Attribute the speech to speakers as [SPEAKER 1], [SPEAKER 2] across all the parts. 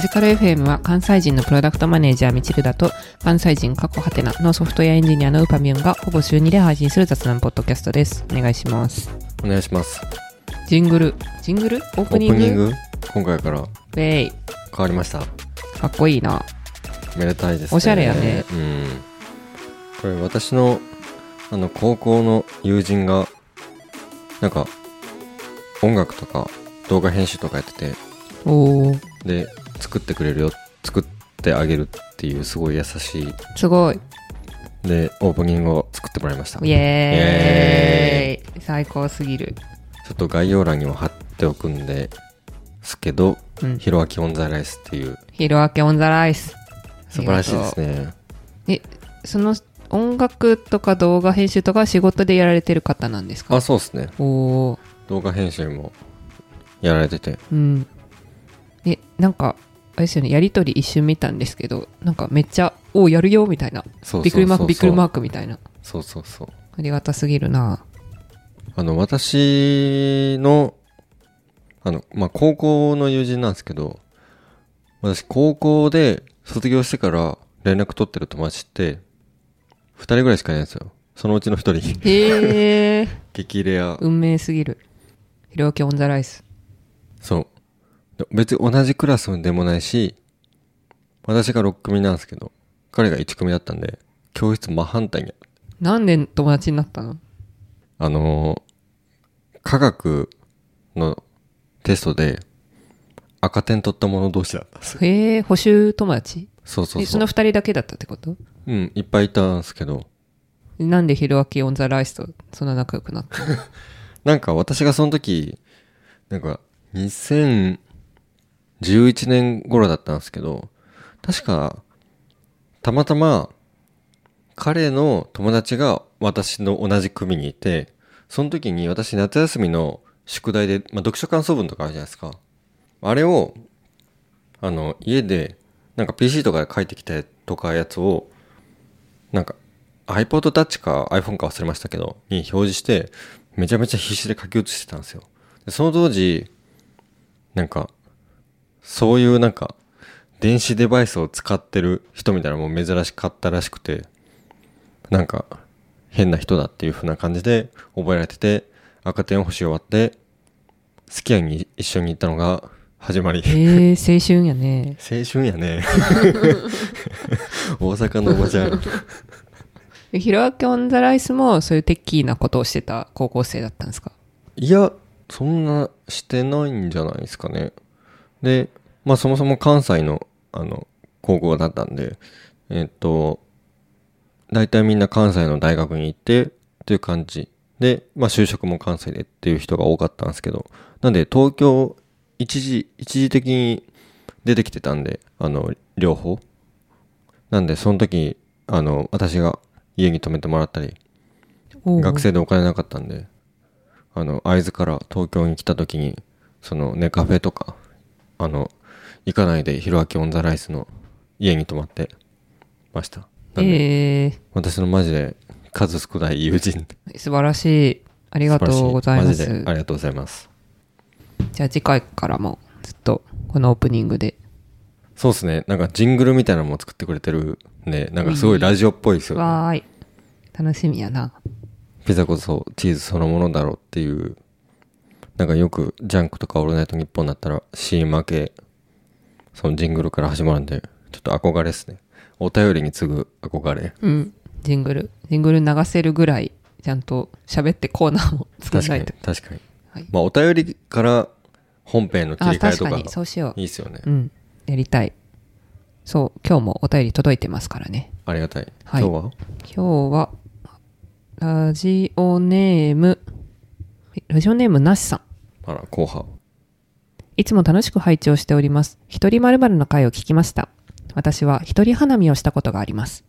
[SPEAKER 1] ジカル FM は関西人のプロダクトマネージャーミチルダと関西人過去ハテナのソフトウェアエンジニアのウパミュンがほぼ週2で配信する雑談ポッドキャストです。お願いします。
[SPEAKER 2] お願いします
[SPEAKER 1] ジングル、ジングルオー
[SPEAKER 2] オープ
[SPEAKER 1] プニ
[SPEAKER 2] ニ
[SPEAKER 1] ン
[SPEAKER 2] ン
[SPEAKER 1] グ
[SPEAKER 2] グ今回から
[SPEAKER 1] ウェイ。
[SPEAKER 2] 変わりました
[SPEAKER 1] かっこいいな。
[SPEAKER 2] めでたいですね
[SPEAKER 1] おしゃれやね
[SPEAKER 2] うんこれ私のあの高校の友人がなんか音楽とか動画編集とかやってて
[SPEAKER 1] おー、
[SPEAKER 2] で作ってくれるよ作ってあげるっていうすごい優しい
[SPEAKER 1] すごい。
[SPEAKER 2] でオープニングを作ってもらいました
[SPEAKER 1] イエーイ。最高すぎる。
[SPEAKER 2] ちょっと概要欄にも貼っておくんですけど
[SPEAKER 1] うん
[SPEAKER 2] 「ひろあきオンザライス」っていう
[SPEAKER 1] ヒロアケオンザライス。
[SPEAKER 2] 素晴らしいですね
[SPEAKER 1] え、その音楽とか動画編集とかは仕事でやられてる方なんですか
[SPEAKER 2] あそうですね
[SPEAKER 1] おー、
[SPEAKER 2] 動画編集もやられてて
[SPEAKER 1] うん。え、なんか、あれですよね、やりとり一瞬見たんですけど、なんかめっちゃ、おーやるよみたいな。
[SPEAKER 2] そうそうそうそう
[SPEAKER 1] びっくりマーク、びっくりマークみたいな。
[SPEAKER 2] そうそうそう
[SPEAKER 1] ありがたすぎるな
[SPEAKER 2] あの私のあの、まあ、高校の友人なんですけど私高校で卒業してから連絡取ってる友達って2人ぐらいしかいないんですよそのうちの1人
[SPEAKER 1] へえ、
[SPEAKER 2] 激レア
[SPEAKER 1] 運命すぎる。ひろあけオンザライス。
[SPEAKER 2] そうで別に同じクラスでもないし私が6組なんですけど彼が1組だったんで教室真反対に
[SPEAKER 1] なんで友達になったの
[SPEAKER 2] あのー科学のテストで赤点取った者同士だったんですよ。
[SPEAKER 1] へえ、補習友達
[SPEAKER 2] そうそ
[SPEAKER 1] え
[SPEAKER 2] う
[SPEAKER 1] そ
[SPEAKER 2] そう
[SPEAKER 1] の。二人だけだったってこと
[SPEAKER 2] うん、いっぱいいたんですけど、
[SPEAKER 1] なんでひろあけオンザライスとそんな仲良くなったの
[SPEAKER 2] なんか私がその時、なんか2011年頃だったんですけど、確か、たまたま彼の友達が私の同じ組にいて、その時に私夏休みの宿題で、まあ、読書感想文とかあるじゃないですか。あれを、あの、家で、なんか PC とかで書いてきたとかやつを、なんか iPod Touch か iPhone か忘れましたけど、に表示して、めちゃめちゃ必死で書き写してたんですよ。でその当時、なんか、そういうなんか、電子デバイスを使ってる人みたいなのも珍しかったらしくて、なんか、変な人だっていう風な感じで覚えられてて、赤点を星終わって、スキヤに一緒に行ったのが始まり。
[SPEAKER 1] へえ、青春やね。
[SPEAKER 2] 青春やね。 大阪のおばちゃん。
[SPEAKER 1] えひろあけオンザライスもそういうテッキーなことをしてた高校生だったんですか
[SPEAKER 2] いや、そんなしてないんじゃないですかね。で、まあそもそも関西の、あの、高校だったんで、えっと、大体みんな関西の大学に行ってっていう感じで、まあ就職も関西でっていう人が多かったんですけど、なんで東京一時、一時的に出てきてたんで、あの、両方。なんでその時、あの、私が家に泊めてもらったり、
[SPEAKER 1] おー
[SPEAKER 2] 学生でお金なかったんであの会津から東京に来た時にそのねカフェとかあの行かないでひろあきオンザライスの家に泊まってましたなんで、
[SPEAKER 1] ええ
[SPEAKER 2] 私のマジで数少ない友人
[SPEAKER 1] 素晴らしい。ありがとうございま
[SPEAKER 2] 素晴らしいマジ
[SPEAKER 1] す
[SPEAKER 2] であ。りがとうございます
[SPEAKER 1] じゃあ次回からもずっとこのオープニングで。
[SPEAKER 2] そうですねなんかジングルみたいなのも作ってくれてるんでなんかすごいラジオっぽいですよね
[SPEAKER 1] わーい。楽しみやな。
[SPEAKER 2] ピザこそチーズそのものだろうっていうなんかよくジャンクとかオールナイトニッポンだったら CM 明けそのジングルから始まるんでちょっと憧れですねお便りに次ぐ憧れ
[SPEAKER 1] うん。ジングル。ジングル流せるぐらい、ちゃんと喋ってコーナーも作ら
[SPEAKER 2] 確
[SPEAKER 1] な
[SPEAKER 2] か
[SPEAKER 1] い
[SPEAKER 2] に
[SPEAKER 1] と。
[SPEAKER 2] 確かに、
[SPEAKER 1] はい
[SPEAKER 2] まあお便りから本編の切
[SPEAKER 1] あ、
[SPEAKER 2] り替え
[SPEAKER 1] 確
[SPEAKER 2] と
[SPEAKER 1] か
[SPEAKER 2] か
[SPEAKER 1] に。そうしよう
[SPEAKER 2] い。いですよね
[SPEAKER 1] うん。やりたい。そう。今日もお便り届いてますからね。
[SPEAKER 2] ありがたい、
[SPEAKER 1] はい
[SPEAKER 2] 今日は
[SPEAKER 1] 今日は、ラジオネーム、えラジオネームなしさん。
[SPEAKER 2] あら後半
[SPEAKER 1] いつも楽しく拝聴しております。一人〇〇の回を聞きました。私は一人花見をしたことがあります。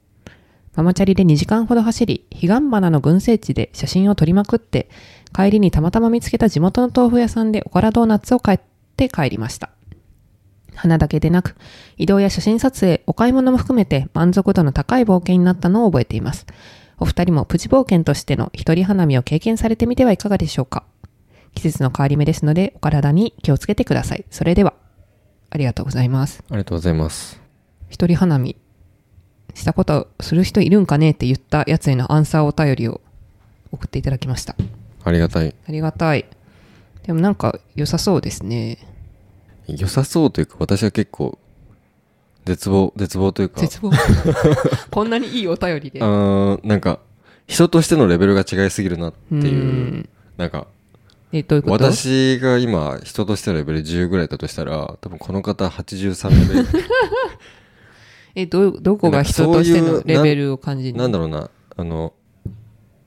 [SPEAKER 1] ママチャリで2時間ほど走り、彼岸花の群生地で写真を撮りまくって、帰りにたまたま見つけた地元の豆腐屋さんでおからドーナツを買って帰りました。花だけでなく、移動や写真撮影、お買い物も含めて満足度の高い冒険になったのを覚えています。お二人もプチ冒険としての一人花見を経験されてみてはいかがでしょうか季節の変わり目ですので、お体に気をつけてください。それでは、ありがとうございます。
[SPEAKER 2] ありがとうございます。
[SPEAKER 1] 一人花見したことする人いるんかねって言ったやつへのアンサーお便りを送っていただきました。
[SPEAKER 2] ありがたい。
[SPEAKER 1] ありがたい。でもなんか良さそうですね。
[SPEAKER 2] 良さそうというか、私は結構、絶望、絶望というか、
[SPEAKER 1] 絶望。 こんなにいいお便りで。
[SPEAKER 2] あーなんか、人としてのレベルが違いすぎるなっていう、
[SPEAKER 1] ん
[SPEAKER 2] なんか、
[SPEAKER 1] え、どういうこと
[SPEAKER 2] 私が今、人としてのレベル10ぐらいだとしたら、多分この方83レベ ル。
[SPEAKER 1] え、どうどこが人としてのレベルを感じる
[SPEAKER 2] なんだろうな、あの、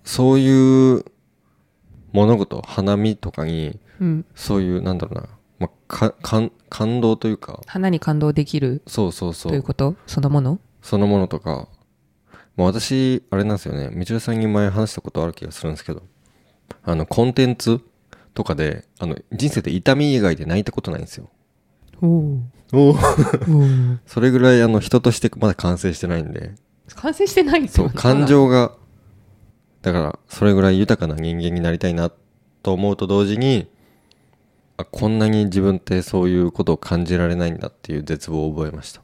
[SPEAKER 2] そういう物事、花見とかに、
[SPEAKER 1] うん。
[SPEAKER 2] そういう、なんだろうな、まあ、か感感動というか、
[SPEAKER 1] 花に感動できる
[SPEAKER 2] そうそうそ
[SPEAKER 1] という
[SPEAKER 2] う、
[SPEAKER 1] ことそのもの
[SPEAKER 2] そのものとか、まあ、私、あれなんですよね、みちるさんに前話したことある気がするんですけど、あの、コンテンツとかで、あの、人生で痛み以外で泣いたことないんですよ。
[SPEAKER 1] おお。
[SPEAKER 2] お
[SPEAKER 1] おお。
[SPEAKER 2] それぐらい、あの、人としてまだ完成してないんで、
[SPEAKER 1] 完成してないって
[SPEAKER 2] そ
[SPEAKER 1] こ
[SPEAKER 2] う、
[SPEAKER 1] とか
[SPEAKER 2] 感。情が、だから、それぐらい豊かな人間になりたいなと思うと同時に、あこんなに自分ってそういうことを感じられないんだっていう絶望を覚えました。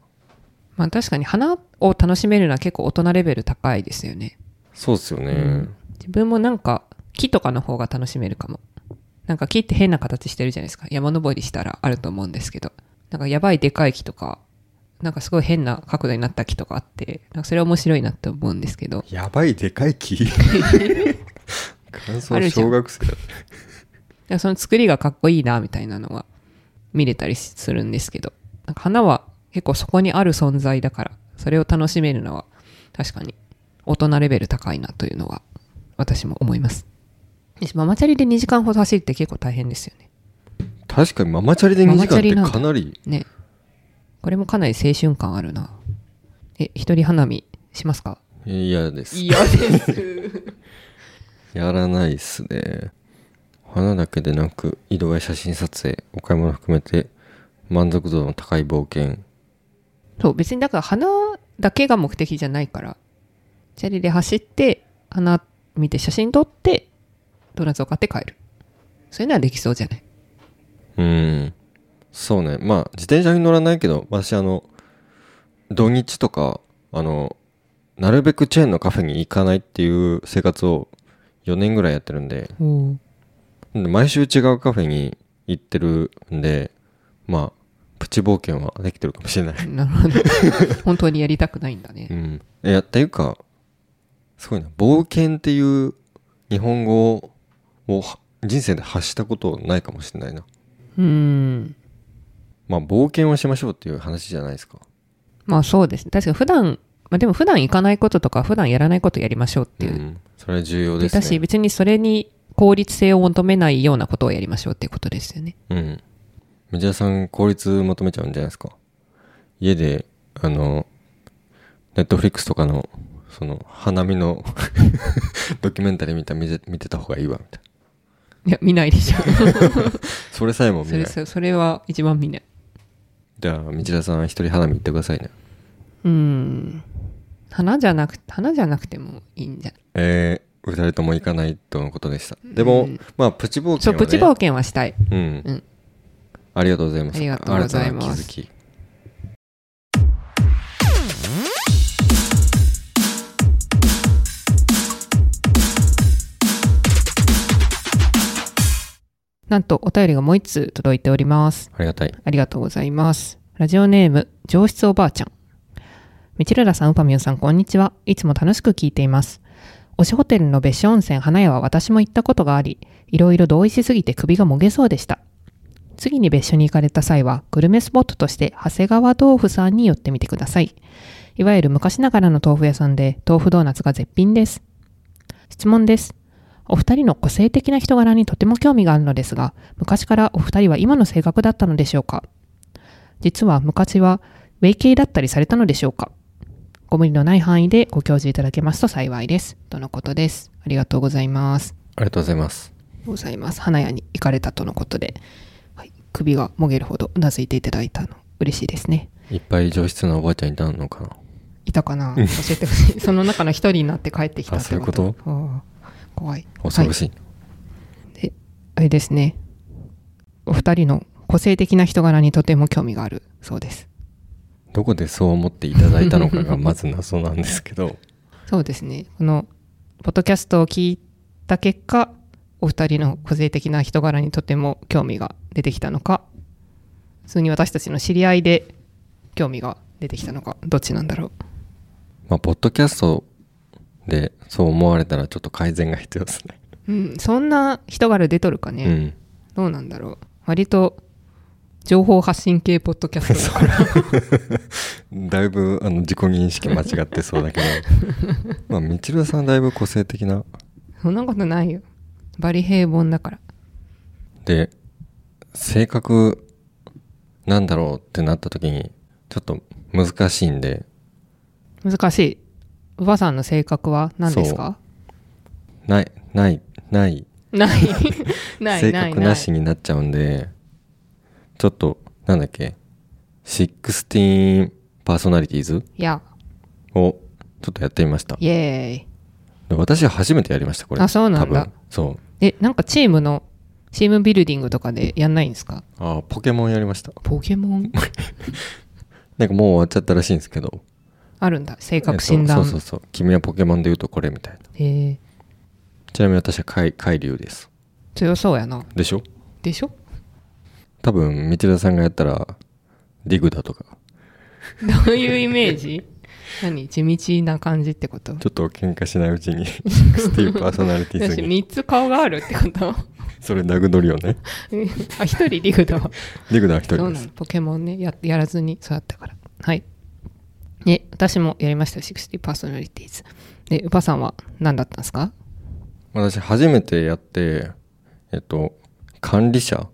[SPEAKER 1] まあ確かに花を楽しめるのは結構大人レベル高いですよね。
[SPEAKER 2] そうですよね。
[SPEAKER 1] うん自分もなんか木とかの方が楽しめるかも。なんか木って変な形してるじゃないですか。山登りしたらあると思うんですけど。なんかやばいでかい木とか、なんかすごい変な角度になった木とかあって、なんかそれは面白いなって思うんですけど。
[SPEAKER 2] やばいでかい木感
[SPEAKER 1] ある
[SPEAKER 2] 想
[SPEAKER 1] じゃん
[SPEAKER 2] 小学生だっ
[SPEAKER 1] なんかその作りがかっこいいなみたいなのは見れたりするんですけどなんか花は結構そこにある存在だからそれを楽しめるのは確かに大人レベル高いなというのは私も思いますママチャリで2時間ほど走るって結構大変ですよね
[SPEAKER 2] た。確かにママチャリで2時間ってかなり、
[SPEAKER 1] ねこれもかなり青春感あるなえ一人花見しますか
[SPEAKER 2] 嫌です。
[SPEAKER 1] 嫌です
[SPEAKER 2] やらないっすね。花だけでなく、移動や写真撮影、お買い物含めて、満足度の高い冒険、
[SPEAKER 1] そう別にだから花だけが目的じゃないからチャリで走って花見て写真撮ってドーナツを買って帰るそういうのはできそうじゃない
[SPEAKER 2] うん。そうね。まあ、自転車に乗らないけど、私、あの、土日とか、あの、なるべくチェーンのカフェに行かないっていう生活を4年ぐらいやってるんで、
[SPEAKER 1] お
[SPEAKER 2] で毎週違うカフェに行ってるんで、まあ、プチ冒険はできてるかもしれ ない。
[SPEAKER 1] なるほど本当にやりたくないんだ
[SPEAKER 2] う
[SPEAKER 1] ね
[SPEAKER 2] ん。いや、っていうか、すごいな。冒険っていう日本語をは人生で発したことないかもしれないな。
[SPEAKER 1] うん
[SPEAKER 2] まあ、冒険をしましょうっていう話じゃないですか。
[SPEAKER 1] まあそうですね確かに普段まあでも普段行かないこととか普段やらないことやりましょうっていうう、
[SPEAKER 2] ん、それは重要
[SPEAKER 1] で
[SPEAKER 2] で
[SPEAKER 1] だし
[SPEAKER 2] すね、
[SPEAKER 1] 別にそれに効率性を求めないようなことをやりましょうっていうことですよね
[SPEAKER 2] うん、メジャーさん効率求めちゃうんじゃないですか家であのネットフリックスとかのその花見の ドキュメンタリー見た見て見てた方がいいわみたい
[SPEAKER 1] いや見ないでしょ
[SPEAKER 2] なそれさえも見
[SPEAKER 1] そ
[SPEAKER 2] ない
[SPEAKER 1] れそ それは一番見ない
[SPEAKER 2] じゃあ道田さん一人花見行ってくださいね
[SPEAKER 1] うん花じゃなく花じゃなくてもいいんじゃない
[SPEAKER 2] えー、2人とも行かないとのことでしたでも、
[SPEAKER 1] うん
[SPEAKER 2] まあプチ冒険
[SPEAKER 1] そう
[SPEAKER 2] は、ね、
[SPEAKER 1] プチ冒険はしたい
[SPEAKER 2] うん、
[SPEAKER 1] うん
[SPEAKER 2] ありがとうございます
[SPEAKER 1] ありがとうございます
[SPEAKER 2] 新たな気づき
[SPEAKER 1] なんとお便りがもう一通届いております
[SPEAKER 2] ありがたい
[SPEAKER 1] ありがとうございますラジオネーム上質おばあちゃんみちるらさんうぱみゅんさんこんにちはいつも楽しく聞いています推しホテルの別所温泉花屋は私も行ったことがありいろいろ同意しすぎて首がもげそうでした次に別所に行かれた際はグルメスポットとして長谷川豆腐さんに寄ってみてくださいいわゆる昔ながらの豆腐屋さんで豆腐ドーナツが絶品です質問ですお二人の個性的な人柄にとても興味があるのですが昔からお二人は今の性格だったのでしょうか実は昔はウェイ系だったりされたのでしょうかご無理のない範囲でご教示いただけますと幸いですとのことですありがとうございます
[SPEAKER 2] ありがとうございます
[SPEAKER 1] ございます花屋に行かれたとのことで、はい、首がもげるほどうなずいていただいたの嬉しいですね
[SPEAKER 2] いっぱい上質なおばあちゃんいたのかない
[SPEAKER 1] たかな教えてほ しいその中の一人になって帰ってきたって
[SPEAKER 2] あそういうこ
[SPEAKER 1] ああ怖い
[SPEAKER 2] 恐ろしい、
[SPEAKER 1] であれですねお二人の個性的な人柄にとても興味があるそうです。
[SPEAKER 2] どこでそう思っていただいたのかがまず謎なんですけど
[SPEAKER 1] そうですね。この、ポッドキャストを聞いた結果、お二人の個性的な人柄にとても興味が出てきたのか、普通に私たちの知り合いで興味が出てきたのか、どっちなんだろう。
[SPEAKER 2] まあポッドキャストでそう思われたらちょっと改善が必要ですね
[SPEAKER 1] うん、そんな人柄出とるかね。
[SPEAKER 2] うん
[SPEAKER 1] どうなんだろう。割と、情報発信系ポッドキャストだ から。
[SPEAKER 2] だいぶあの自己認識間違ってそう だけどまあみちるさんだいぶ個性的な
[SPEAKER 1] そんなことないよ。バリ平凡だから。
[SPEAKER 2] で性格なんだろうってなった時にちょっと難しいんで
[SPEAKER 1] 難しい。おばさんの性格は何ですか
[SPEAKER 2] ないないない
[SPEAKER 1] ない。 ない、
[SPEAKER 2] 性
[SPEAKER 1] ない、
[SPEAKER 2] 格なし
[SPEAKER 1] ない。
[SPEAKER 2] になっちゃうんでちょっとなんだっけ16パーソナリティーズ
[SPEAKER 1] いや、
[SPEAKER 2] をちょっとやってみました
[SPEAKER 1] イエ
[SPEAKER 2] で私初めてやりましたこれ
[SPEAKER 1] あそうなんだ
[SPEAKER 2] 多分そ
[SPEAKER 1] ー
[SPEAKER 2] う
[SPEAKER 1] イ。え、なんかチームの、チームビルディングとかでやんないんですか
[SPEAKER 2] あポケモンやりました
[SPEAKER 1] ポケモ ン
[SPEAKER 2] なんかもう終わっちゃったらしいんですけど
[SPEAKER 1] あるんだ。性格診断。
[SPEAKER 2] えっとそうそうそう君はポケモンで言うとこれみたいな
[SPEAKER 1] へえ
[SPEAKER 2] ちなみに私は海海流です
[SPEAKER 1] 強そうやな。
[SPEAKER 2] でしょ
[SPEAKER 1] で しょ
[SPEAKER 2] 多分道田さんがやったらディグだとか
[SPEAKER 1] どういうイメージ何地道な感じってこと
[SPEAKER 2] ちょっと喧嘩しないうち にスティーブパーソナリティーズ
[SPEAKER 1] 私
[SPEAKER 2] に
[SPEAKER 1] 3つ顔があるってこと
[SPEAKER 2] それ殴取りよね
[SPEAKER 1] あ、1人リフだわ。
[SPEAKER 2] ディグだ一
[SPEAKER 1] そ
[SPEAKER 2] 人
[SPEAKER 1] う
[SPEAKER 2] で
[SPEAKER 1] なの
[SPEAKER 2] す
[SPEAKER 1] ポケモンねややらずに育ったからはいね私もやりましたよ60パーソナリティーズでウパさんは何だったんですか
[SPEAKER 2] 私初めてやってえっと管理者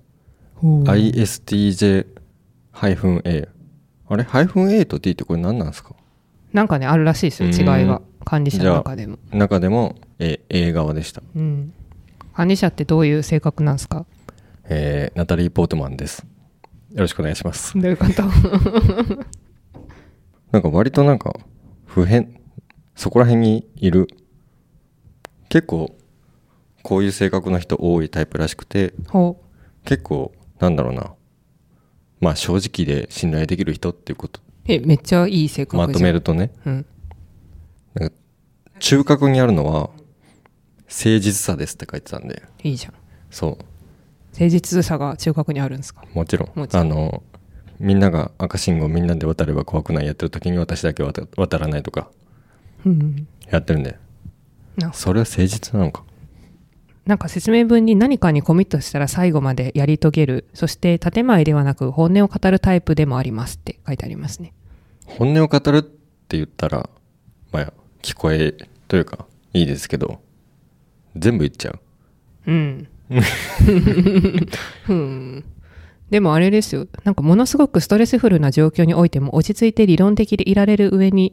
[SPEAKER 2] ISTJ-A あれハイフン A と D ってこれ何なんですか
[SPEAKER 1] なんかねあるらしいですよ
[SPEAKER 2] うん
[SPEAKER 1] 違いが管理者の中でも
[SPEAKER 2] 中でも A, A 側でした
[SPEAKER 1] うん管理者ってどういう性格なんですか
[SPEAKER 2] えー、ナタリー・ポートマンですよろしくお願いします
[SPEAKER 1] どういうこと
[SPEAKER 2] なんか割となんか普遍そこら辺にいる結構こういう性格の人多いタイプらしくて
[SPEAKER 1] ほう
[SPEAKER 2] 結構なんだろうなまあ正直で信頼できる人っていうこと
[SPEAKER 1] えめっちゃいい性格じゃ
[SPEAKER 2] ま
[SPEAKER 1] ん
[SPEAKER 2] とめるとね
[SPEAKER 1] うん
[SPEAKER 2] なんか中核にあるのは誠実さですって書いてたんで
[SPEAKER 1] いいじゃん
[SPEAKER 2] そ
[SPEAKER 1] 誠実さが中核にあるんですか
[SPEAKER 2] うもちろん
[SPEAKER 1] もちろん
[SPEAKER 2] あのみんなが赤信号みんなで渡れば怖くないやってる時に私だけ渡渡らないとか
[SPEAKER 1] うん
[SPEAKER 2] やってるんで
[SPEAKER 1] なんか
[SPEAKER 2] それは誠実なのか
[SPEAKER 1] なんか説明文に何かにコミットしたら最後までやり遂げる、そして建前ではなく本音を語るタイプでもありますって書いてありますね。
[SPEAKER 2] 本音を語るって言ったらまあ聞こえというかいいですけど全部言っちゃう
[SPEAKER 1] うん。うん。でもあれですよ。なんかものすごくストレスフルな状況においても落ち着いて理論的でいられる上に、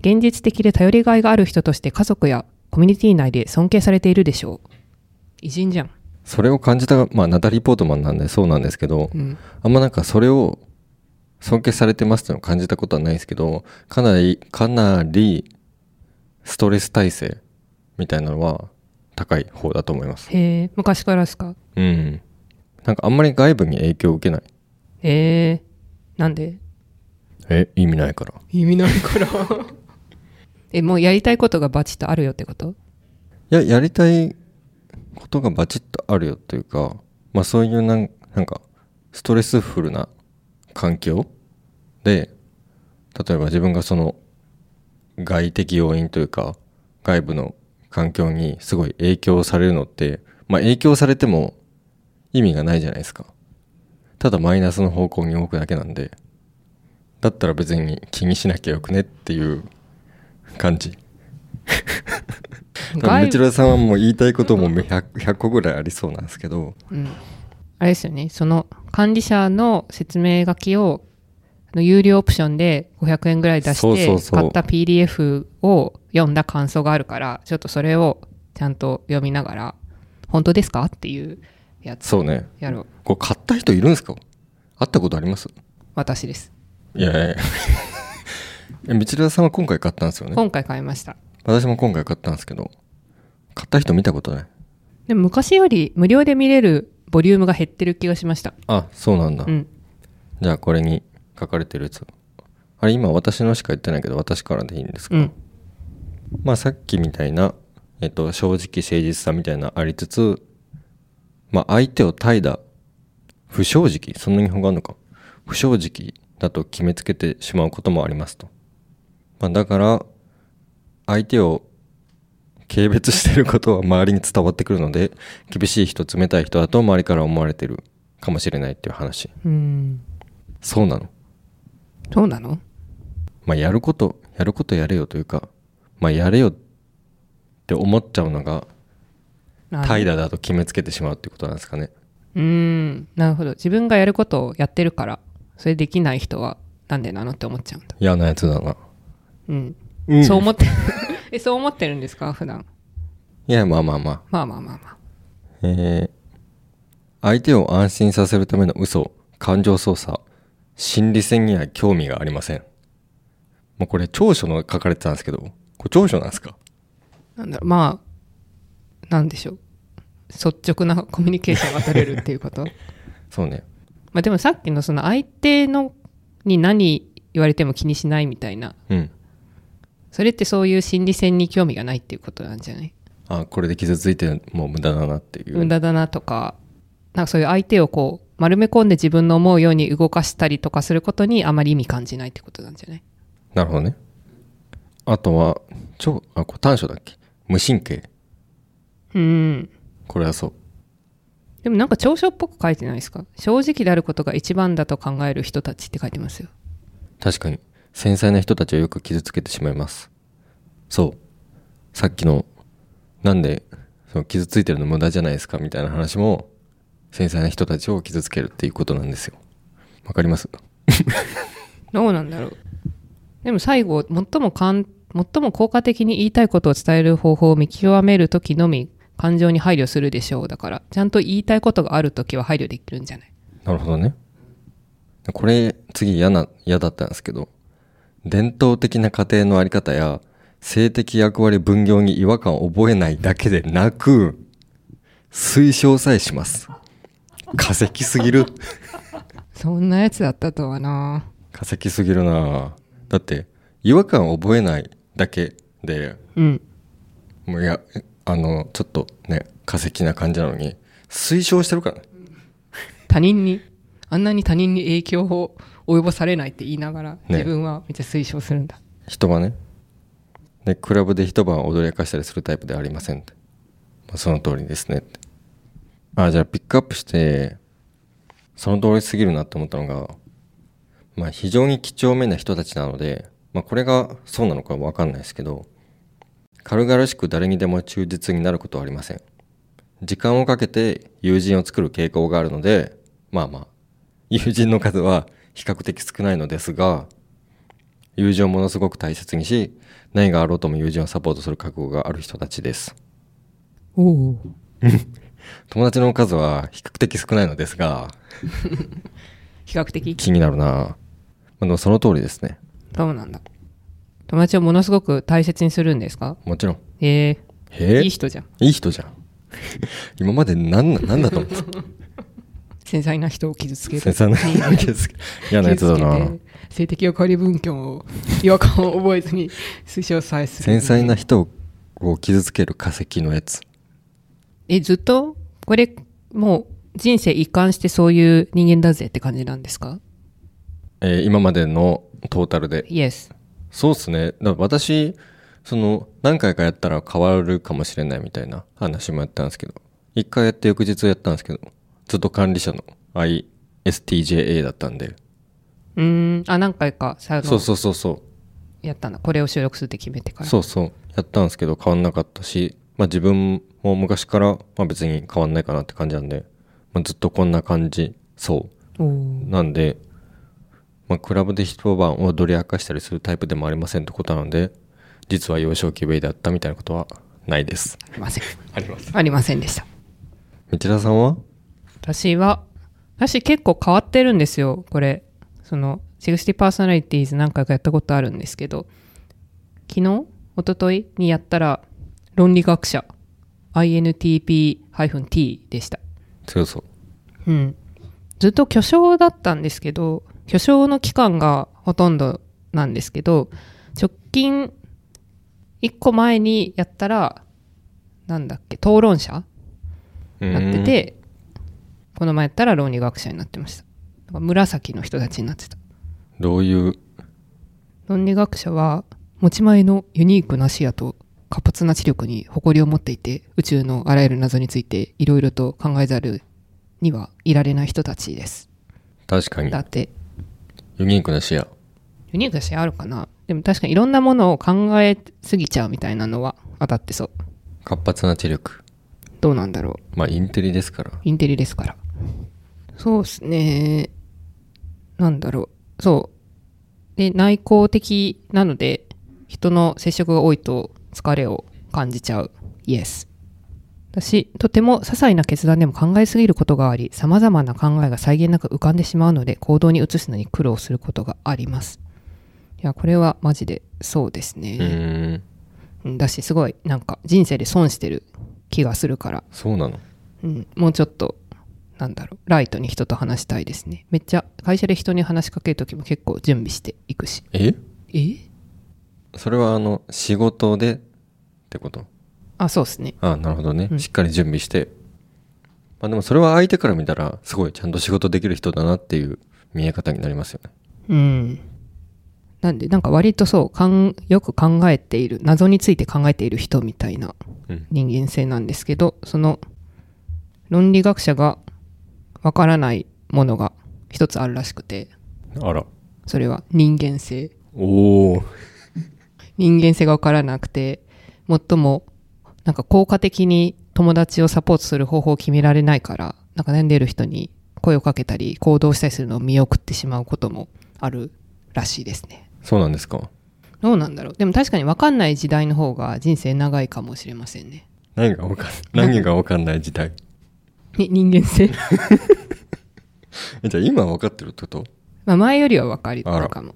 [SPEAKER 1] 現実的で頼りがいがある人として家族やコミュニティ内で尊敬されているでしょう。偉人じゃん。
[SPEAKER 2] それを感じたまあナタリー・ポートマンなんでそうなんですけど、
[SPEAKER 1] うん。
[SPEAKER 2] あんまなんかそれを尊敬されてますっていうのを感じたことはないですけどかなりかなりストレス耐性みたいなのは高い方だと思います
[SPEAKER 1] へえ、昔からですか
[SPEAKER 2] うんなんかあんまり外部に影響を受けない
[SPEAKER 1] ええなんで
[SPEAKER 2] え意味ないから
[SPEAKER 1] 意味ないから えもうやりたいことがバチッとあるよってこと
[SPEAKER 2] いや、やりたいことがバチッとあるよというか、まあそういうなんなんか、ストレスフルな環境で、例えば自分がその外的要因というか、外部の環境にすごい影響されるのって、まあ影響されても意味がないじゃないですか。ただマイナスの方向に動くだけなんで、だったら別に気にしなきゃよくねっていう感じ。
[SPEAKER 1] 外
[SPEAKER 2] 道枝さんはもう言いたいことも 100, 100個ぐらいありそうなんですけど
[SPEAKER 1] うん、あれですよねその管理者の説明書きをあの有料オプションで500円ぐらい出して
[SPEAKER 2] そうそうそう
[SPEAKER 1] 買った PDF を読んだ感想があるからちょっとそれをちゃんと読みながら「本当ですか?」っていうやつ
[SPEAKER 2] そうね
[SPEAKER 1] やろう
[SPEAKER 2] これ買った人いるんですか会ったことあります
[SPEAKER 1] 私です
[SPEAKER 2] い やいやいやえ道枝さんは今回買ったんですよね
[SPEAKER 1] 今回買いました
[SPEAKER 2] 私も今回買ったんですけど買った人見たことない
[SPEAKER 1] でも昔より無料で見れるボリュームが減ってる気がしました。
[SPEAKER 2] あ、そうなんだ。
[SPEAKER 1] うん。
[SPEAKER 2] じゃあこれに書かれてるやつ。あれ今私のしか言ってないけど私からでいいんですか、
[SPEAKER 1] うん。
[SPEAKER 2] まあさっきみたいな、えっと、正直誠実さみたいなありつつ、まあ相手を怠惰、不正直、そんなに本があるのか。不正直だと決めつけてしまうこともありますと。まあだから、相手を軽蔑してることは周りに伝わってくるので、厳しい人、冷たい人だと周りから思われてるかもしれないっていう話。
[SPEAKER 1] うん。
[SPEAKER 2] そうなの
[SPEAKER 1] そうなの
[SPEAKER 2] まあ、やること、やることやれよというか、まあ、やれよって思っちゃうのが、
[SPEAKER 1] なる
[SPEAKER 2] 怠惰だと決めつけてしまうってことなんですかね。
[SPEAKER 1] うん。なるほど。自分がやることをやってるから、それできない人はなんでなのって思っちゃうんだ。
[SPEAKER 2] 嫌なやつだな。
[SPEAKER 1] うん。
[SPEAKER 2] うん
[SPEAKER 1] そう思って、 え、そう思ってるんですか普段。
[SPEAKER 2] いや、まあまあま
[SPEAKER 1] まあまあまあまあ。
[SPEAKER 2] あ。えー、相手を安心させるための嘘、感情操作、心理戦には興味がありません。もうこれ長所の書かれてたんですけど、これ長所なんですか
[SPEAKER 1] なんだろう、まあ、なんでしょう。率直なコミュニケーションが取れるっていうこと
[SPEAKER 2] そうね。
[SPEAKER 1] まあでもさっきのその相手のに何言われても気にしないみたいな、
[SPEAKER 2] うん。
[SPEAKER 1] それってそういう心理戦に興味がないっていうことなんじゃない
[SPEAKER 2] あ、これで傷ついてもう無駄だなっていう。
[SPEAKER 1] 無駄だなとか、なんかそういう相手をこう丸め込んで自分の思うように動かしたりとかすることにあまり意味感じないってことなんじゃない
[SPEAKER 2] なるほどね。あとは、超、あ、これ短所だっけ無神経。
[SPEAKER 1] うん。
[SPEAKER 2] これはそう。
[SPEAKER 1] でもなんか長所っぽく書いてないですか正直であることが一番だと考える人たちって書いてますよ。
[SPEAKER 2] 確かに、繊細な人たちをよく傷つけてしまいます。そう。さっきの、なんで、その傷ついてるの無駄じゃないですかみたいな話も、繊細な人たちを傷つけるっていうことなんですよ。わかります
[SPEAKER 1] どうなんだろう。でも最後、最もかん、最も効果的に言いたいことを伝える方法を見極めるときのみ、感情に配慮するでしょう。だから、ちゃんと言いたいことがあるときは配慮できるんじゃない
[SPEAKER 2] なるほどね。これ、次嫌な、嫌だったんですけど、伝統的な家庭のあり方や、性的役割分業に違和感を覚えないだけでなく、推奨さえします。化石すぎる。
[SPEAKER 1] そんなやつだったとはな
[SPEAKER 2] 化石すぎるなだって、違和感を覚えないだけで、
[SPEAKER 1] うん。
[SPEAKER 2] もういや、あの、ちょっとね、化石な感じなのに、推奨してるからね。
[SPEAKER 1] 他人に、あんなに他人に影響を及ぼされないって言いながら、自分はめっちゃ推奨するんだ。
[SPEAKER 2] 人はねでクラブで一晩踊り明かしたりするタイプではありませんって、まあ、その通りですねってあじゃあピックアップしてその通りすぎるなって思ったのがまあ非常に几帳面な人たちなのでまあこれがそうなのかわかんないですけど軽々しく誰にでも忠実になることはありません時間をかけて友人を作る傾向があるのでまあまあ友人の数は比較的少ないのですが友情をものすごく大切にし何があろうとも友人をサポートする覚悟がある人たちです
[SPEAKER 1] おお。
[SPEAKER 2] 友達の数は比較的少ないのですが
[SPEAKER 1] 比較的
[SPEAKER 2] 気になるなまあでもその通りですね
[SPEAKER 1] そうなんだ。友達をものすごく大切にするんですか
[SPEAKER 2] もちろん
[SPEAKER 1] ええ
[SPEAKER 2] へえ
[SPEAKER 1] いい人じゃん。
[SPEAKER 2] いい人じゃん 今まで何な何 だと思ってた
[SPEAKER 1] 繊細な人を傷つける。
[SPEAKER 2] 先生の嫌なやつだな
[SPEAKER 1] 傷つけて性的役割分享を違和感を覚えずに推奨さえする
[SPEAKER 2] 繊細な人を傷つける化石のやつ
[SPEAKER 1] えずっとこれもう人生一貫してそういう人間だぜって感じなんですか
[SPEAKER 2] えー今までのトータルで
[SPEAKER 1] イエス
[SPEAKER 2] そうっすね。だから私、その、何回かやったら変わるかもしれないみたいな話もやったんですけど、一回やって翌日やったんですけど、ずっと管理者の ISTJA だったんで、
[SPEAKER 1] うーんあ何回か最
[SPEAKER 2] そう
[SPEAKER 1] 後
[SPEAKER 2] そうそうそ
[SPEAKER 1] やったんだこれを収録するって決めてか
[SPEAKER 2] う、
[SPEAKER 1] ら
[SPEAKER 2] そうそう、やったんですけど変わんなかったし、まあ自分も昔から、まあ別に変わんないかなって感じなんで、まあずっとこんな感じ、そう、
[SPEAKER 1] おー
[SPEAKER 2] なんで、まあ、クラブで一晩を踊り明かしたりするタイプでもありませんってことなので、実は幼少期ウェイだったみたいなことはないです。
[SPEAKER 1] ありません
[SPEAKER 2] あります。
[SPEAKER 1] ありませんでした
[SPEAKER 2] 道田さんは
[SPEAKER 1] 私は私結構変わってるんですよこれその60パーソナリティーズ何回かやったことあるんですけど昨日一昨日にやったら論理学者 INTP-T でした
[SPEAKER 2] 強そう。
[SPEAKER 1] うん、ずっと巨匠だったんですけど巨匠の期間がほとんどなんですけど直近1個前にやったらなんだっけ討論者
[SPEAKER 2] うん
[SPEAKER 1] なってて、この前やったら論理学者になってましたなんか紫の人たちになってた
[SPEAKER 2] どういう
[SPEAKER 1] 論理学者は持ち前のユニークな視野と活発な知力に誇りを持っていて宇宙のあらゆる謎についていろいろと考えざるにはいられない人たちです
[SPEAKER 2] 確かに
[SPEAKER 1] だって
[SPEAKER 2] ユニークな視野
[SPEAKER 1] ユニークな視野あるかなでも確かにいろんなものを考えすぎちゃうみたいなのは当たってそう
[SPEAKER 2] 活発な知力
[SPEAKER 1] どうなんだろう
[SPEAKER 2] まあインテリですから
[SPEAKER 1] インテリですからそうですねなんだろうそうで内向的なので人の接触が多いと疲れを感じちゃうイエス私とても些細な決断でも考えすぎることがあり様々な考えが際限なく浮かんでしまうので行動に移すのに苦労することがありますいやこれはマジでそうです
[SPEAKER 2] う
[SPEAKER 1] ね、
[SPEAKER 2] ーん
[SPEAKER 1] うん、だしすごいなんか人生で損してる気がするから
[SPEAKER 2] そうなの
[SPEAKER 1] うん、もうちょっとなんだろうライトに人と話したいですねめっちゃ会社で人に話しかける時も結構準備していくし
[SPEAKER 2] え
[SPEAKER 1] え
[SPEAKER 2] それはあの仕事でってこと
[SPEAKER 1] あそうですね
[SPEAKER 2] あなるほどね、
[SPEAKER 1] うん
[SPEAKER 2] しっかり準備してまあでもそれは相手から見たらすごいちゃんと仕事できる人だなっていう見え方になりますよね
[SPEAKER 1] うんなんでなんか割とそうかんよく考えている謎について考えている人みたいな
[SPEAKER 2] うん
[SPEAKER 1] 人間性なんですけどその論理学者がわからないものが一つあるらしくて
[SPEAKER 2] あら
[SPEAKER 1] それは人間性
[SPEAKER 2] おお
[SPEAKER 1] 人間性が分からなくて最もなんか効果的に友達をサポートする方法を決められないからなんか悩んでいる人に声をかけたり行動したりするのを見送ってしまうこともあるらしいですね
[SPEAKER 2] そうなんですか
[SPEAKER 1] どうなんだろうでも確かに分かんない時代の方が人生長いかもしれませんね
[SPEAKER 2] 何がわかん何がわかんない時 代
[SPEAKER 1] に人間性
[SPEAKER 2] えじゃあ今分かってるってこと
[SPEAKER 1] まあ前よりは分かりたかも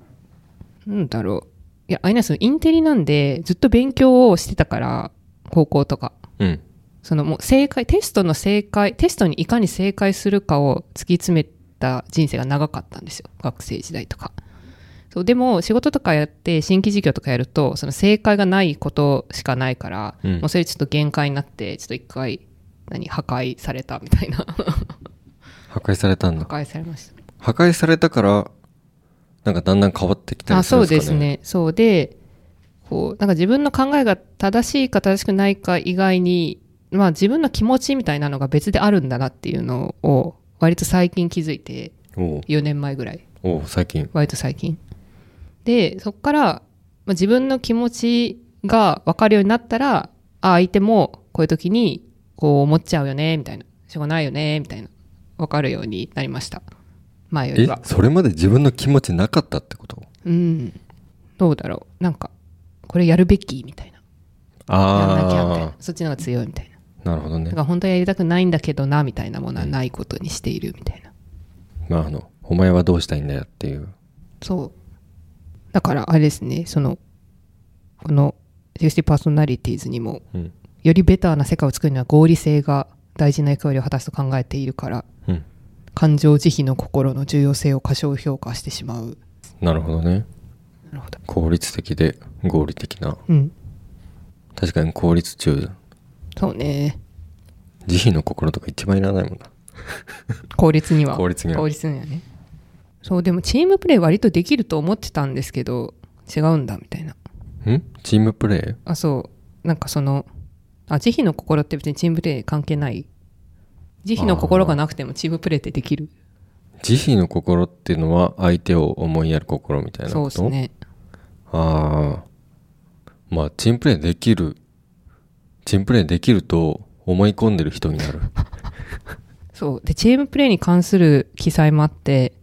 [SPEAKER 1] なんだろういやアイナスインテリなんでずっと勉強をしてたから高校とか
[SPEAKER 2] うん
[SPEAKER 1] そのもう正解、テストの正解、テストにいかに正解するかを突き詰めた人生が長かったんですよ。学生時代とか。そう、でも仕事とかやって、新規事業とかやると、その正解がないことしかないから、
[SPEAKER 2] うん
[SPEAKER 1] もうそれちょっと限界になって、ちょっと一回、何、破壊されたみたいな。
[SPEAKER 2] 破壊されたん
[SPEAKER 1] 破
[SPEAKER 2] だ
[SPEAKER 1] 壊されました。
[SPEAKER 2] 破壊されたからなんかだんだん変わってきた
[SPEAKER 1] あ
[SPEAKER 2] りす
[SPEAKER 1] そ
[SPEAKER 2] るん
[SPEAKER 1] う
[SPEAKER 2] ですかね
[SPEAKER 1] ですねそうでこうなんか自分の考えが正しいか正しくないか以外に、まあ、自分の気持ちみたいなのが別であるんだなっていうのを割と最近気づいて
[SPEAKER 2] おう
[SPEAKER 1] 4年前ぐらい
[SPEAKER 2] おう最近
[SPEAKER 1] 割と最近でそこから、まあ、自分の気持ちが分かるようになったらあ相手もこういう時にこう思っちゃうよねみたいなしょうがないよねみたいな分かるようになりました前より
[SPEAKER 2] え
[SPEAKER 1] は
[SPEAKER 2] それまで自分の気持ちなかったってこと
[SPEAKER 1] うんどうだろうなんかこれやるべきみたいなやんなきゃみたいな
[SPEAKER 2] あ
[SPEAKER 1] そっちの方が強いみたいな
[SPEAKER 2] あなるほど
[SPEAKER 1] だ
[SPEAKER 2] ね
[SPEAKER 1] から本当はやりたくないんだけどなみたいなものはないことにしているみたいな、
[SPEAKER 2] まああのお前はどうしたいんだよっていう
[SPEAKER 1] そうだからあれですねそのこの「セクシーパーソナリティーズ」にも
[SPEAKER 2] うん
[SPEAKER 1] よりベターな世界を作るには合理性が大事な役割を果たすと考えているから
[SPEAKER 2] うん
[SPEAKER 1] 感情慈悲の心の重要性を過小評価してしまう
[SPEAKER 2] なるほどね
[SPEAKER 1] なるほど
[SPEAKER 2] 効率的で合理的な
[SPEAKER 1] うん
[SPEAKER 2] 確かに効率中
[SPEAKER 1] そうね
[SPEAKER 2] 慈悲の心とか一番いらないもんな
[SPEAKER 1] 効率には
[SPEAKER 2] 効率には
[SPEAKER 1] 効率にはねそうでもチームプレー割とできると思ってたんですけど違うんだみたいなん
[SPEAKER 2] チームプレ
[SPEAKER 1] あそうなんかそのあ慈悲の心って別にチームプレー関係ない慈悲の心がなくてもチームプレーってできる
[SPEAKER 2] イ慈悲の心っていうのは相手を思いやる心みたいな
[SPEAKER 1] そう
[SPEAKER 2] こ
[SPEAKER 1] で
[SPEAKER 2] と
[SPEAKER 1] すね
[SPEAKER 2] ああまあチームプレイできるチームプレイできると思い込んでる人になる
[SPEAKER 1] そうでチームプレーに関する記載もあって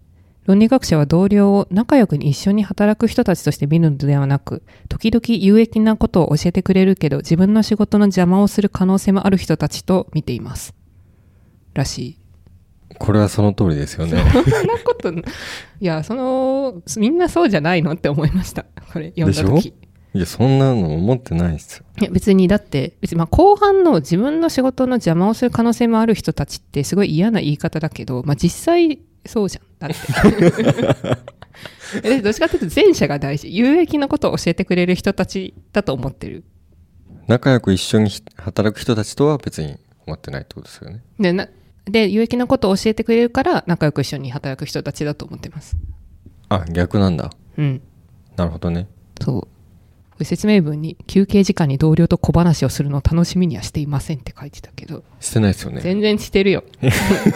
[SPEAKER 1] 論理学者は同僚を仲良くに一緒に働く人たちとして見るのではなく時々有益なことを教えてくれるけど自分の仕事の邪魔をする可能性もある人たちと見ていますらしい
[SPEAKER 2] これはその通りです よね
[SPEAKER 1] そんなことな、いや、その、みんなそうじゃないのって思いました。これ、読んだ
[SPEAKER 2] でし
[SPEAKER 1] 時。
[SPEAKER 2] いや、そんなの思ってないっすよ。
[SPEAKER 1] いや別にだって別にまあ後半の自分の仕事の邪魔をする可能性もある人たちってすごい嫌な言い方だけど、まあ、実際そうじゃんだって えどっちかというと前者が大事有益なことを教えてくれる人たちだと思ってる
[SPEAKER 2] 仲良く一緒にひ働く人たちとは別に思ってないってことですよね。
[SPEAKER 1] でなで有益なことを教えてくれるから仲良く一緒に働く人たちだと思ってます
[SPEAKER 2] あ、逆なんだ。
[SPEAKER 1] うん
[SPEAKER 2] なるほどね。
[SPEAKER 1] そうこれ説明文に休憩時間に同僚と小話をするのを楽しみにはしていませんって書いてたけど
[SPEAKER 2] してないですよね。
[SPEAKER 1] 全然して るよ。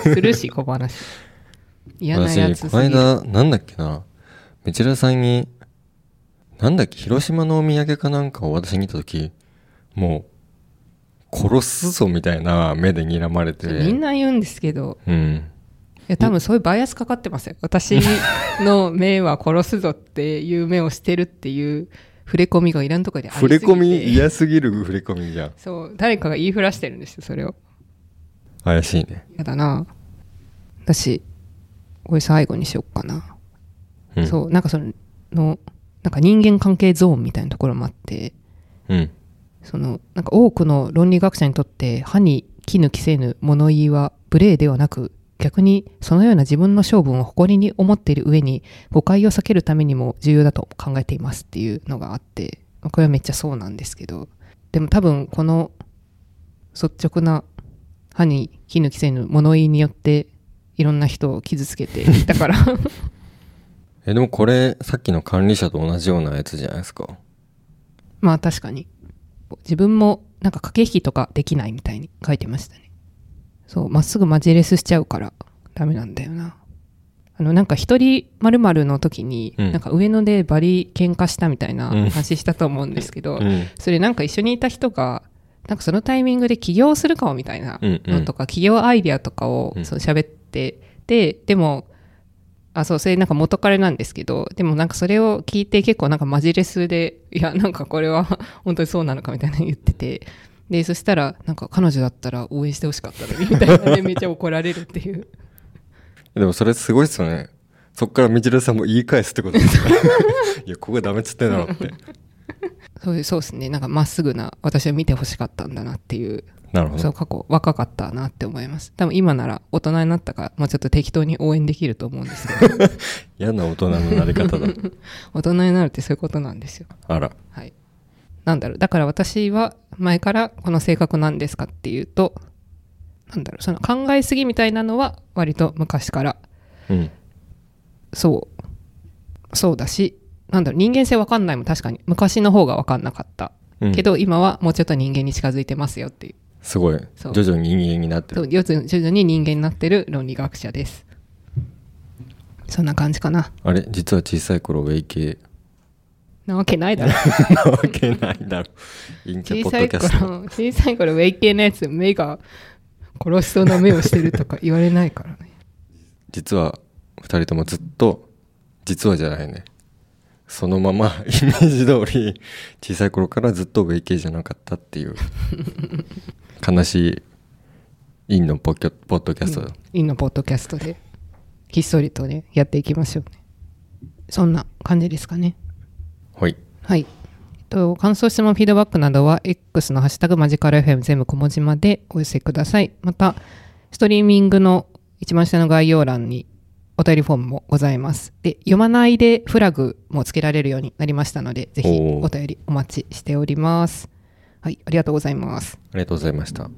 [SPEAKER 1] するし、小話。嫌なやつ
[SPEAKER 2] 私、こ
[SPEAKER 1] す
[SPEAKER 2] の
[SPEAKER 1] ぎる
[SPEAKER 2] 間、なんだっけな、メチラさんに、なんだっけ、広島のお土産かなんかを私に来たとき、もう、殺すぞみたいな目で睨まれて。
[SPEAKER 1] みんな言うんですけど、
[SPEAKER 2] うん。
[SPEAKER 1] いや多分そういうバイアスかかってますよ。私の目は殺すぞっていう目をしてるっていう触れ込みがいらんとこでありす
[SPEAKER 2] 触
[SPEAKER 1] ぎ
[SPEAKER 2] れ
[SPEAKER 1] て
[SPEAKER 2] 込み、嫌すぎる触れ込みじゃん。
[SPEAKER 1] そう、誰かが言いふらしてるんですよ、それを。
[SPEAKER 2] 怪しいね。
[SPEAKER 1] やだなだし、これ最後にしよっかな。
[SPEAKER 2] うん。
[SPEAKER 1] そう、なんかその、のなんか人間関係ゾーンみたいなところもあって、
[SPEAKER 2] うん。
[SPEAKER 1] そのなんか多くの論理学者にとって歯に衣着せぬ物言いは無礼ではなく逆にそのような自分の性分を誇りに思っている上に誤解を避けるためにも重要だと考えていますっていうのがあってまあこれはめっちゃそうなんですけどでも多分この率直な歯に衣着せぬ物言いによっていろんな人を傷つけてきたから
[SPEAKER 2] え、でもこれ、さっきの管理者と同じようなやつじゃないですか。
[SPEAKER 1] まあ確かに自分もなんか駆け引きとかできないみたいに書いてましたねそうまっすぐマジレスしちゃうからダメなんだよなあのなんか一人まるの時に、
[SPEAKER 2] うん
[SPEAKER 1] なんか上野でバリ喧嘩したみたいな
[SPEAKER 2] うん
[SPEAKER 1] 話したと思うんですけど、
[SPEAKER 2] うん。
[SPEAKER 1] それなんか一緒にいた人がなんかそのタイミングで起業するかもみたいな
[SPEAKER 2] うんうん
[SPEAKER 1] のとか、起業アイディアとかを
[SPEAKER 2] うん
[SPEAKER 1] そう喋って、ででもあそうそれなんか元彼なんですけどでもなんかそれを聞いて結構なんかマジレスでいやなんかこれは 本当にそうなのかみたいなの言っててでそしたらなんか彼女だったら応援してほしかった のにみたいなのでめっちゃ怒られるっていう
[SPEAKER 2] でもそれすごいっすよね。そっから道枝さんも言い返すってことですか いや、ここダメっつってんだろって。
[SPEAKER 1] そういうそうですねなんかまっすぐな私は見てほしかったんだなっていう
[SPEAKER 2] なるほ
[SPEAKER 1] そう
[SPEAKER 2] ど。
[SPEAKER 1] 過去若かったなって思います多分今なら大人になったからもうちょっと適当に応援できると思うんですけど
[SPEAKER 2] 嫌な大人のなり方だ。
[SPEAKER 1] 大人になるってそういうことなんですよ
[SPEAKER 2] あら。
[SPEAKER 1] はいなんだろうだから私は前からこの性格なんですかっていうとなんだろうその考えすぎみたいなのは割と昔から
[SPEAKER 2] うん。
[SPEAKER 1] そうそうだしなんだろう人間性わかんないも確かに昔の方がわかんなかった、
[SPEAKER 2] うん
[SPEAKER 1] けど今はもうちょっと人間に近づいてますよっていう
[SPEAKER 2] すごい。
[SPEAKER 1] そ
[SPEAKER 2] 徐
[SPEAKER 1] う
[SPEAKER 2] 々に人間になって
[SPEAKER 1] そう
[SPEAKER 2] る。
[SPEAKER 1] 徐々徐々に人間になってる論理学者ですそんな感じかな
[SPEAKER 2] あれ実は小さい頃ウェイ系
[SPEAKER 1] なわけないだろ
[SPEAKER 2] なわけないだろ。陰キャ
[SPEAKER 1] 小
[SPEAKER 2] ポッ
[SPEAKER 1] さ
[SPEAKER 2] ド
[SPEAKER 1] い
[SPEAKER 2] キャスト。
[SPEAKER 1] 頃小さい頃ウェイ系のやつ目が殺しそうな目をしてるとか言われない からね
[SPEAKER 2] 実は二人ともずっと、実はじゃないね。そのまま イメージ通り小さい頃からずっとウェイ系じゃなかったっ ていう悲しい陰のポッキャポッドキャストだ。
[SPEAKER 1] インのポッドキャストでひっそりとねやっていきましょうねそんな感じですかね
[SPEAKER 2] はい。
[SPEAKER 1] はい。えっと、感想、質問、フィードバックなどは、X のハッシュタグマジカル FM 全部小文字までお寄せください。また、ストリーミングの一番下の概要欄にお便りフォームもございます。で、読まないでフラグもつけられるようになりましたので、ぜひ
[SPEAKER 2] おー
[SPEAKER 1] お便りお待ちしております。はい、ありがとうございます。
[SPEAKER 2] ありがとうございました。